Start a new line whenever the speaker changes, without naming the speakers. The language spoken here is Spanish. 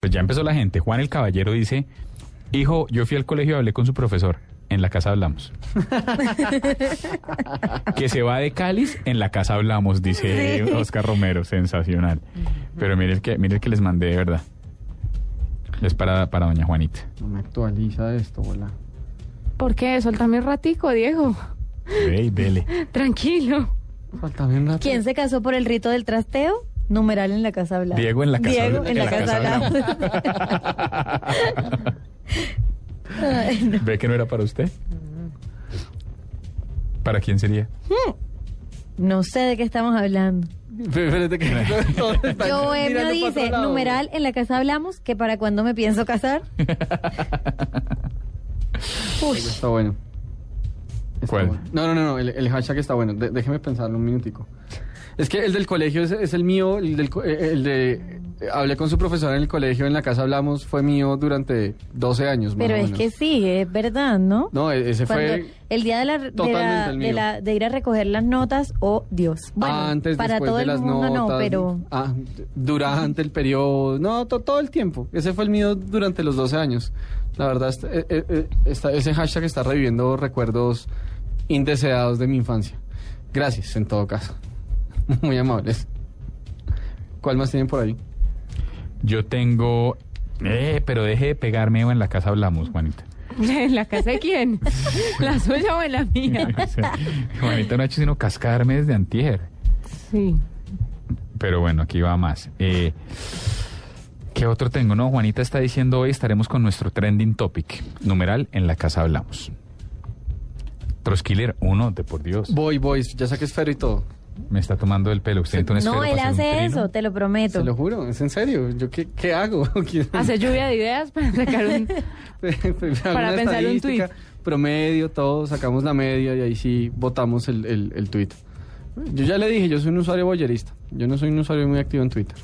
Pues ya empezó la gente. Juan el Caballero dice, hijo, yo fui al colegio y hablé con su profesor. En la casa hablamos. que se va de Cáliz, en la casa hablamos, dice
Sí.
Oscar Romero. Sensacional. Pero mire el que, mire el que les mandé, de verdad. Es para, para doña Juanita.
No me actualiza esto, hola.
¿Por qué? Suéltame un ratico, Diego.
Ve y dele.
Tranquilo.
Falta bien rato.
¿Quién se casó por el rito del trasteo? Numeral en la casa hablada.
Diego en la casa
Diego
habla-
en la casa hablada.
hablamos.
Ay, no.
¿Ve que no era para usted? ¿Para quién sería?
No sé de qué estamos hablando.
Espérate que todo está mirando
Bohemio
Pues para
dice,
otro lado.
numeral en la casa hablamos, que para cuando me pienso casar. Uy,
Está bueno. Está
¿Cuál?
bueno. No, no, no, no, el, el hashtag está bueno. De- déjeme pensarlo un minutico. Es que el del colegio es, es el mío, el, del, co- eh, el de... eh, Hablé con su profesora en el colegio, en la casa hablamos, fue mío durante 12 años. más
pero
o
es
menos.
que sí, es verdad, ¿no?
No, e- ese
Cuando-
fue...
el día de la, de,
Totalmente
la-
el
de
mío. Ah,
la- de ir a recoger las notas, oh Dios. Bueno,
antes,
para
después
todo
de
el
las
mundo
notas,
no, pero
ah, d- durante el periodo, no, to- todo el tiempo. Ese fue el mío durante los 12 años. La verdad, est- eh, eh, eh, está- ese hashtag está reviviendo recuerdos indeseados de mi infancia. Gracias, en todo caso. Muy amables. ¿Cuál más tienen por ahí?
Yo tengo... Eh, pero deje de pegarme o en la casa hablamos, Juanita.
¿En la casa de quién? ¿La suya o en la mía?
Juanita no ha hecho sino cascarme desde antier.
Sí.
Pero bueno, aquí va más. Eh, ¿Qué otro tengo? No, Juanita está diciendo hoy estaremos con nuestro trending topic. Numeral, en la casa hablamos. Trosquiler, uno, de por Dios.
Voy, voy, ya saqué esfero y todo.
Me está tomando el pelo. Usted entra un
no,
esfero
él
para hacer un
hace
trino.
eso, te lo prometo.
Se lo juro, es en serio. ¿Yo qué, qué hago? ¿Quién-
Ah,
Hace lluvia de ideas para sacar un...
para
pensar un tuit.
pues, Promedio, todo, sacamos la media y ahí sí votamos el, el, el tuit. Yo ya le dije, yo soy un usuario boyerista. Yo no soy un usuario muy activo en Twitter.